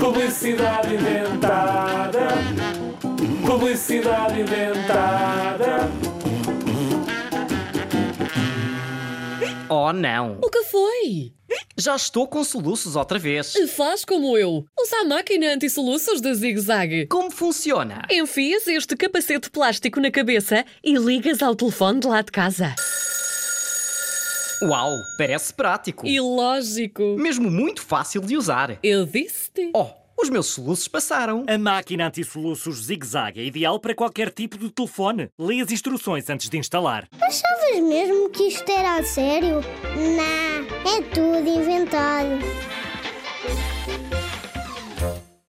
Publicidade inventada. Publicidade inventada. Oh não! O que foi? Já estou com soluços outra vez. Faz como eu. Usa a máquina anti-soluços da Zig Zag. Como funciona? Enfias este capacete plástico na cabeça e ligas ao telefone de lá de casa. Uau, parece prático. E lógico. Mesmo muito fácil de usar. Eu disse-te. Oh, os meus soluços passaram. A máquina anti-soluços zigue-zague é ideal para qualquer tipo de telefone. Leia as instruções antes de instalar. Achavas mesmo que isto era a sério? Não, é tudo inventado.